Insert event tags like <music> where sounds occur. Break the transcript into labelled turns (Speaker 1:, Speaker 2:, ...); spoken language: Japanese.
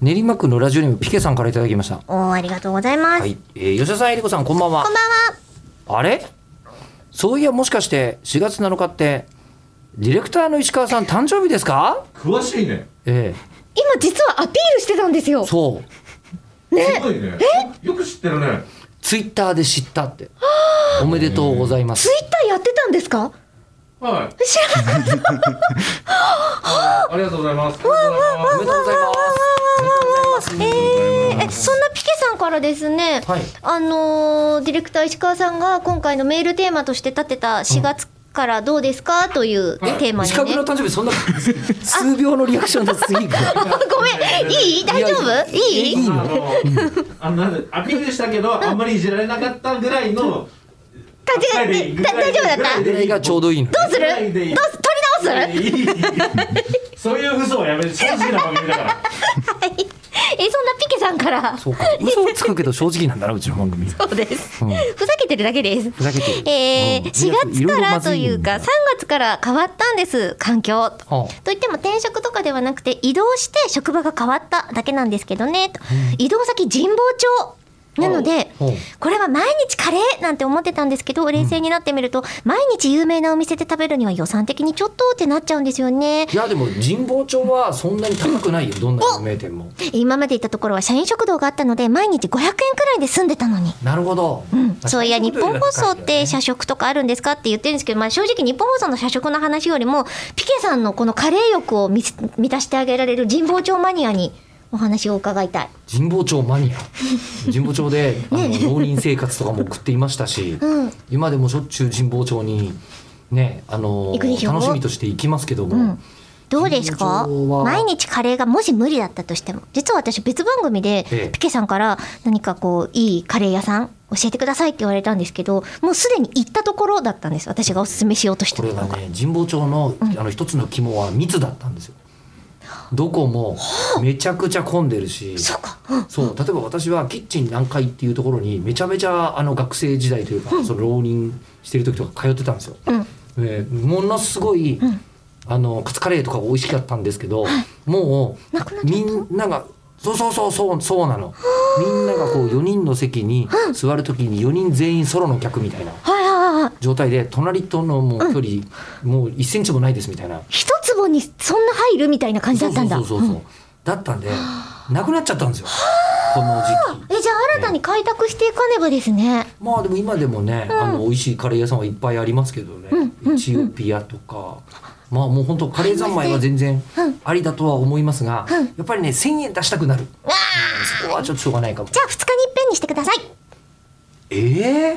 Speaker 1: 練馬区のラジオネームピケさんからいただきました。
Speaker 2: おーありがとうございます、
Speaker 1: はい、えー、吉田さん、えりこさん、こんばんは。
Speaker 2: こんばんは
Speaker 1: あれそういや、もしかして、4月7日って、ディレクターの石川さん、誕生日ですか
Speaker 3: 詳しいね。
Speaker 1: え
Speaker 2: 今実はアピールしてたんですよ
Speaker 1: えそう。
Speaker 3: すごいね。よく知ってるね。
Speaker 1: ツイッターで知ったって。おめでとうございま
Speaker 2: ツ
Speaker 1: す。
Speaker 2: イッターやってたんですか
Speaker 3: はい。
Speaker 2: 知らなかった
Speaker 3: ありがとうございます。ありがとうござい
Speaker 1: お
Speaker 3: ます
Speaker 1: めでとうございます。
Speaker 2: えーえそんなピケさんからですね、
Speaker 1: はい
Speaker 2: あのーディレクター石川さんが今回のメールテーマとして立てた4月からどうですかというテーマに
Speaker 1: 石
Speaker 2: ね、
Speaker 1: 川君の誕生日、そんな <laughs> 数秒のリアクシ
Speaker 2: <laughs>
Speaker 1: ョンですいいから
Speaker 2: ごめんいい大丈夫いい
Speaker 1: いい
Speaker 3: あ
Speaker 1: の
Speaker 3: の、あのなんでアピールしたけど、あんまりいじられなかったぐらいの。
Speaker 2: 感じがねだ大丈夫だったど
Speaker 1: ぐらいがちょうどいいの。
Speaker 2: うするどうす取り直す
Speaker 3: いいそういう嘘をやめて、正直な番組だから。
Speaker 2: えそんなピケさんから
Speaker 1: そう
Speaker 2: <laughs>
Speaker 1: か。嘘をつくけど正直なんだな、うちの番組。
Speaker 2: そうです、
Speaker 1: うん
Speaker 2: ふざけてるだけです
Speaker 1: ふざけてる
Speaker 2: えー
Speaker 1: うん
Speaker 2: 4月からという
Speaker 1: いろ
Speaker 2: か
Speaker 1: いろま
Speaker 2: 3
Speaker 1: ず
Speaker 2: 月から変わったんです環境と,、
Speaker 1: はあ
Speaker 2: といっても転職とかではなくて移動して職場が変わっただけなんですけどね、と移動先神保町なので
Speaker 1: ほうほう
Speaker 2: これは毎日カレーなんて思ってたんですけど冷静になってみると、毎日有名なお店で食べるには予算的にちょっとってなっちゃうんですよね
Speaker 1: いや、でも神保町はそんなに高くないよ。どんな有名店も。
Speaker 2: 今までいたところは社員食堂があったので毎日500円くらいで済んでたのに
Speaker 1: なるほど。
Speaker 2: そういや日本放送って社
Speaker 1: 真。
Speaker 2: 食とかあるんですかって言ってるんですけど、まあ、正直日本放送の社食の話よりもピケさんのこのカレー欲を満た満たしてあげられる神保町マニアにお話を伺いたい
Speaker 1: 神保町マ
Speaker 2: <laughs>
Speaker 1: ニア。神保町で、あの農林生活とかも送っていましたし。
Speaker 2: うん
Speaker 1: 今でもしょっちゅう神保町に。ね、あの
Speaker 2: 行くでしょ
Speaker 1: 楽しみとして行きますけども。
Speaker 2: んどうですか
Speaker 1: 神保町は
Speaker 2: 毎日カレーがもし無理だったとしても実は私別番組で
Speaker 1: ええ
Speaker 2: ピケさんから何かこういいカレー屋さん教えてくださいって言われたんですけどもうすでに行ったところだったんです私がおすすめしようとして
Speaker 1: こ
Speaker 2: た
Speaker 1: れ
Speaker 2: の
Speaker 1: が
Speaker 2: が。
Speaker 1: ね、神保町の、あの一つの肝は密だったんですよ。どこもめちゃくちゃ混んでるし。
Speaker 2: そうか、うん
Speaker 1: そう例えば私はキッチン南海っていうところにめちゃめちゃあの学生時代というか、その浪人してる時とか通ってたんですよ。
Speaker 2: うん
Speaker 1: えーものすごい、あのカツカレーとかが美味しかったんですけど、もう
Speaker 2: なくなっちゃ
Speaker 1: みんながそうそうそうそうそうなのみんながこう4人の席に座る時に4人全員ソロの客みたいな
Speaker 2: はいはいはい
Speaker 1: 状態で隣とのもう距離、もう1センチもないですみたいな
Speaker 2: 一坪にそんな入るみたいな感じだったんだ
Speaker 1: そうそうそうそう、だったんでなくなっちゃったんですよこの時期。
Speaker 2: えじゃあ新たに開拓していかねばですね。
Speaker 1: まあでも今でもね、あの美味しいカレー屋さんはいっぱいありますけどね、エチオピアとか、まあもう本当カレー三昧は全然ありだとは思いますが、
Speaker 2: うん
Speaker 1: やっぱりね1000円出したくなる、
Speaker 2: わ
Speaker 1: そこはちょっとしょうがないかも
Speaker 2: じゃあ二日に一遍にしてください。
Speaker 1: ええ